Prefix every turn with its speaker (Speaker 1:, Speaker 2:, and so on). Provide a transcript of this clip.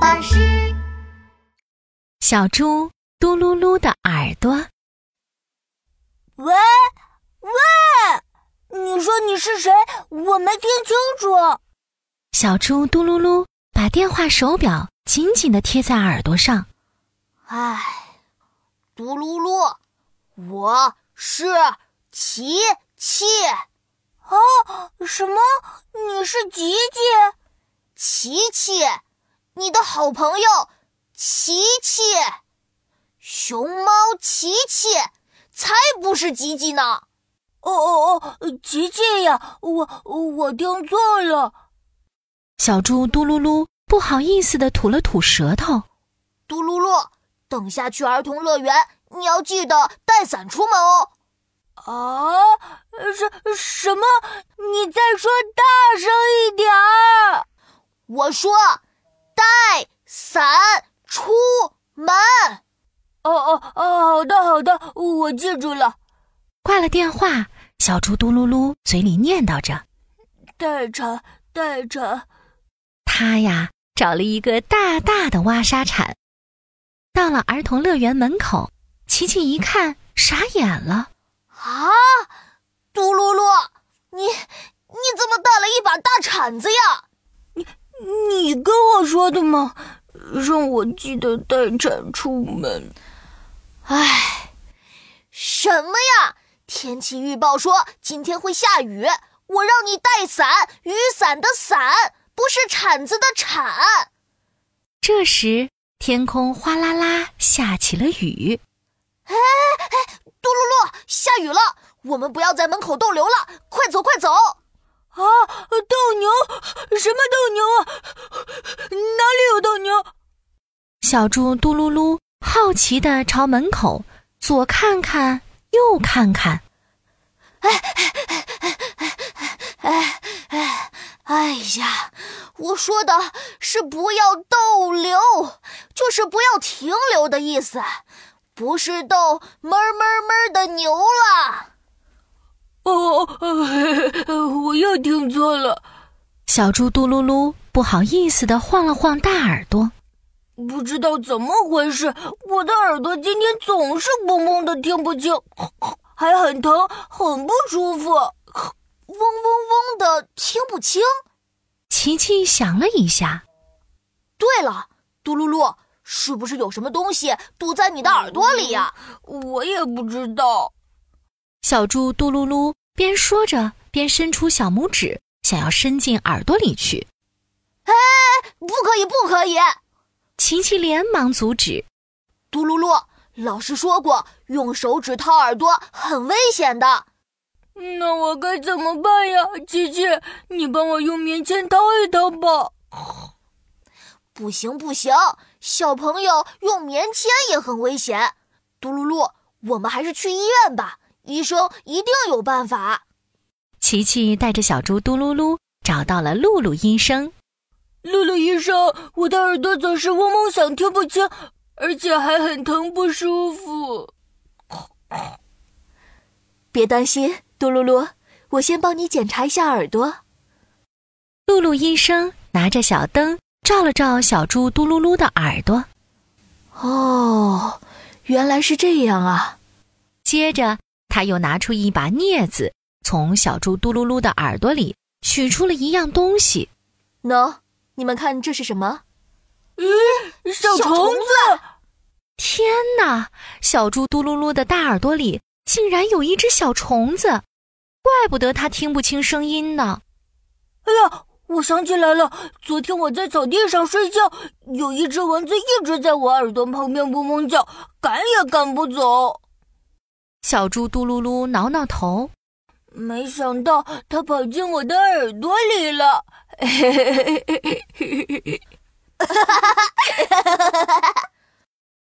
Speaker 1: 巴士。
Speaker 2: 小猪嘟噜噜的耳朵，
Speaker 1: 喂喂，你说你是谁？我没听清楚。
Speaker 2: 小猪嘟噜噜把电话手表紧紧的贴在耳朵上。
Speaker 1: 唉，嘟噜噜，我是琪琪。哦，什么？你是琪琪？琪琪，你的好朋友琪琪，熊猫琪琪，才不是吉吉呢！哦哦哦，琪琪呀，我我听错了。
Speaker 2: 小猪嘟噜噜不好意思的吐了吐舌头。
Speaker 1: 嘟噜噜，等下去儿童乐园，你要记得带伞出门哦。啊，什什么？你再说大声一点儿！我说，带伞出门。哦哦哦，好的好的，我记住了。
Speaker 2: 挂了电话，小猪嘟噜噜嘴里念叨着
Speaker 1: 带铲带铲，：“
Speaker 2: 他呀，找了一个大大的挖沙铲。”到了儿童乐园门口，琪琪一看傻眼了。
Speaker 1: 啊，嘟噜噜，你你怎么带了一把大铲子呀？你你跟我说的吗？让我记得带铲出门。唉，什么呀？天气预报说今天会下雨，我让你带伞，雨伞的伞，不是铲子的铲。
Speaker 2: 这时，天空哗啦啦下起了雨。
Speaker 1: 嘟噜噜，下雨了，我们不要在门口逗留了，快走快走！啊，斗牛？什么斗牛啊？哪里有斗牛？
Speaker 2: 小猪嘟噜噜好奇地朝门口左看看，右看看。
Speaker 1: 哎哎哎呀！我说的是不要逗留，就是不要停留的意思，不是逗哞儿哞儿哞儿的牛了。哦， 我又听错了，
Speaker 2: 小猪嘟噜噜不好意思地晃了晃大耳朵。
Speaker 1: 不知道怎么回事，我的耳朵今天总是嗡嗡的听不清， 还很疼，很不舒服，嗡嗡嗡的听不清。
Speaker 2: 琪琪想了一下，
Speaker 1: 对了，嘟噜噜，是不是有什么东西堵在你的耳朵里呀、嗯我也不知道。
Speaker 2: 小猪嘟噜噜边说着边伸出小拇指，想要伸进耳朵里去。
Speaker 1: 不可以，不可以！
Speaker 2: 琪琪连忙阻止。
Speaker 1: 嘟噜噜，老师说过，用手指掏耳朵很危险的。那我该怎么办呀？琪琪，你帮我用棉签掏一掏吧。不行不行，小朋友用棉签也很危险。嘟噜噜，我们还是去医院吧，医生一定有办法。
Speaker 2: 琪琪带着小猪嘟噜噜找到了露露医生。
Speaker 1: 露露医生，我的耳朵总是嗡嗡响，听不清，而且还很疼，不舒服。 别担心，嘟噜噜，我先帮你检查一下耳朵。
Speaker 2: 露露医生拿着小灯照了照小猪嘟噜噜的耳朵，
Speaker 1: 哦，原来是这样啊！
Speaker 2: 接着，他又拿出一把镊子，从小猪嘟噜噜的耳朵里取出了一样东西。
Speaker 1: 喏，你们看这是什么？咦，小
Speaker 3: 虫
Speaker 1: 子！
Speaker 2: 天哪！小猪嘟噜噜的大耳朵里竟然有一只小虫子，怪不得它听不清声音呢。
Speaker 1: 哎我想起来了，昨天我在草地上睡觉，有一只蚊子一直在我耳朵旁边嗡嗡叫，赶也赶不走。
Speaker 2: 小猪嘟噜噜挠挠头，
Speaker 1: 没想到它跑进我的耳朵里了。